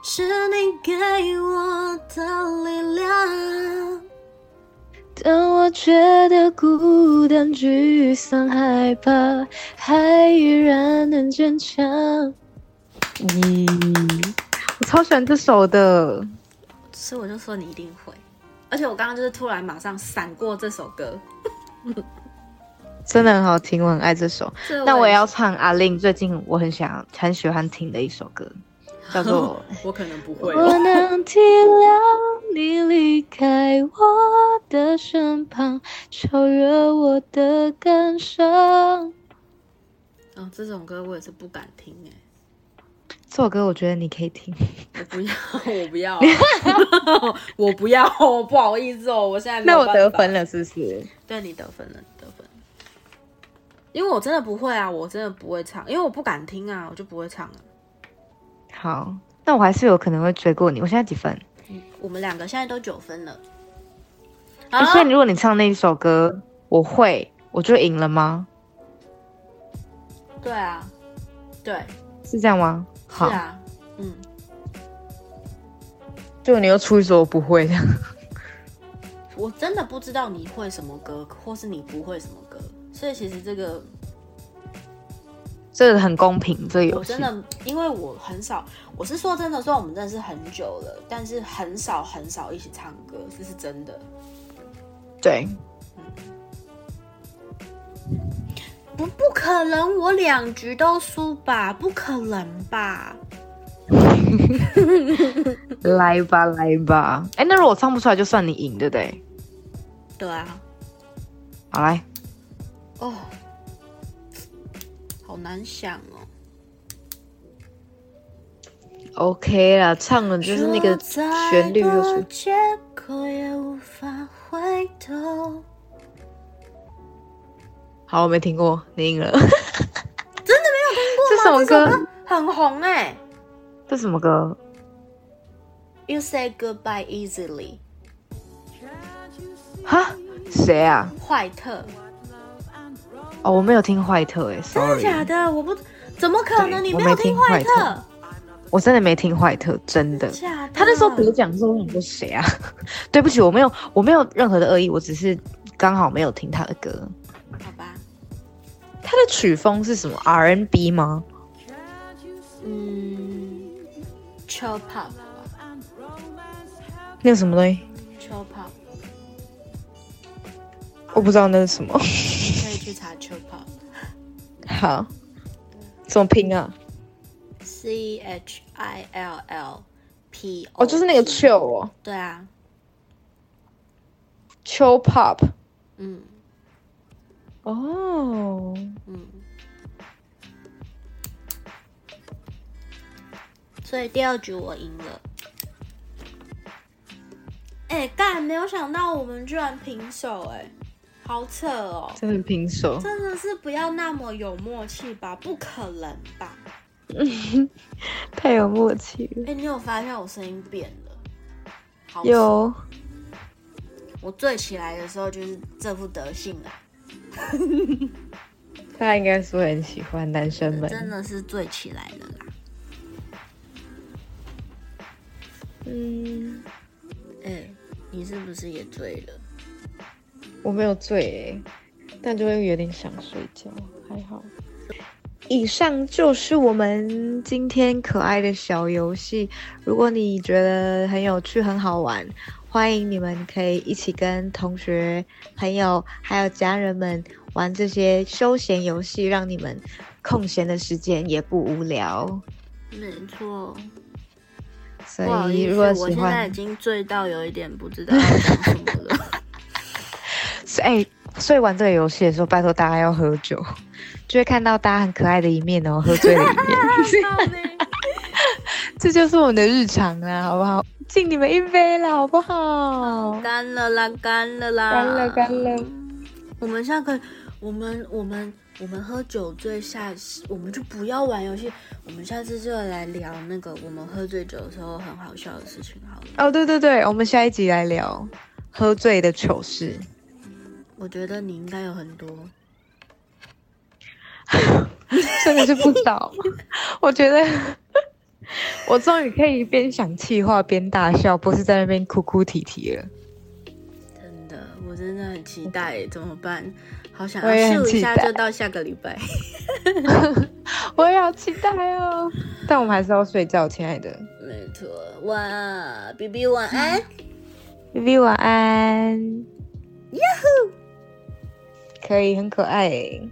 是你给我的力量。当我觉得孤单、沮丧、害怕，还依然能坚强。
咦，我超喜欢这首的。
所以我就说你一定会。而且我刚刚就是突然马上闪过这首歌，
真的很好听，我很爱这首。
所以
那我也要唱阿令最近我很想很喜欢听的一首歌，叫 做
我可能不会哦、
我能体谅你离开我的身旁，超越我的感伤。
哦
嗯，这种歌我也是不敢听
欸
哎、
这首歌，我觉得你可以听。
我不要，我 不要，我不要，不好意思哦，我现在 没
那
有
我
办
得
法
分了，是不是？
对你得分了，得分。因为我真的不会啊，我真的不会唱，因为我不敢听啊，我就不会唱了。
好，那我还是有可能会追过你。我现在几分？
我们两个现在都九分了。啊
欸所以如果你唱那一首歌，我会，我就赢了吗？
对啊，对，
是这样吗？
是
好，
啊，嗯，
就你又出一首我不会的。
我真的不知道你会什么歌，或是你不会什么歌，所以其实这个
这个很公平，这个游
我
戏
哦真的，因为我很少，我是说真的，虽然我们认识很久了，但是很少很少一起唱歌，这是真的。
对，
不，不可能，我两局都输吧？不可能吧？
来吧来吧。哎、那如果我唱不出来，就算你赢，对不对？
对啊，
好来，
哦，好难想哦。
OK 啦，唱了就是那个
说再
旋律又
多
出。
借口也无法回头。
好，我没听过，你赢了。 真的没有听过这什么歌？
很红哎、
这什么歌？
You say goodbye easily，
哈？谁啊？
坏特，
哦，我没有听坏特哎、s o r r
真的
y
假的？我不，怎么可能？
对
你
我
没有
没听
坏
坏特我真的没听坏特，真的。
假的？
他那时候得奖的时候，我想说谁啊？ 对不起，我没有，我没有任何的恶意，我只是刚好没有听他的歌。
好吧，
他的曲风是什么？R&B 吗？
嗯，chill pop 吧
那个什么东西？
，chill pop
我不知道那是什么。
可以去查 chill pop。
好，怎么拼啊？
C H I L L P O，
哦，就是那个
P
chill 哦
对啊，
，chill pop。
嗯
哦，
嗯。所以第二局我赢了。哎、干！没有想到我们居然平手、哎，好扯哦！
真的拼手。
真的是不要那么有默契吧？不可能吧？
太有默契了。
哎、你有发现我声音变了？好扯
有，
我醉起来的时候就是这副德性啊啦。
他应该是会很喜欢男生们。
真的是醉起来了啦。
嗯，
哎、你是不是也醉了？
我没有醉、欸，但就会有点想睡觉，还好。以上就是我们今天可爱的小游戏。如果你觉得很有趣、很好玩，欢迎你们可以一起跟同学、朋友还有家人们玩这些休闲游戏，让你们空闲的时间也不无聊。
没错，
所
不好
以，
意
如
思，
果
我
喜
现在
欢
已，经醉到有一点不知道要讲什么 了。
所以哎、所以玩这个游戏的时候，拜托大家要喝酒， 就会看到大家很可爱的一面哦，喝醉的一 面。这就是我们的日常啦，好不好？敬你们一杯啦，好不好？
干了啦，干了啦，
干了干了。
我们下个，我们我们我们喝酒醉下，我们就不要玩游戏，我们下次就来聊那个我们喝醉酒的时候很好笑的事情好了。
哦，对对对，我们下一集来聊喝醉的糗事。
我觉得你应该有很多。
真的是不少。 我觉得 我终于可以边想气话边大笑，不是在那边哭哭啼啼了。
真的，我真的很期待，怎么办？好想
我也
要
很
秀一
期
下，
待
就到下个礼拜。
我也好期待哦！但我们还是要睡觉，亲爱的。
没错，哇，B B 晚安，
V 晚安。Yahoo，可以，很可爱耶。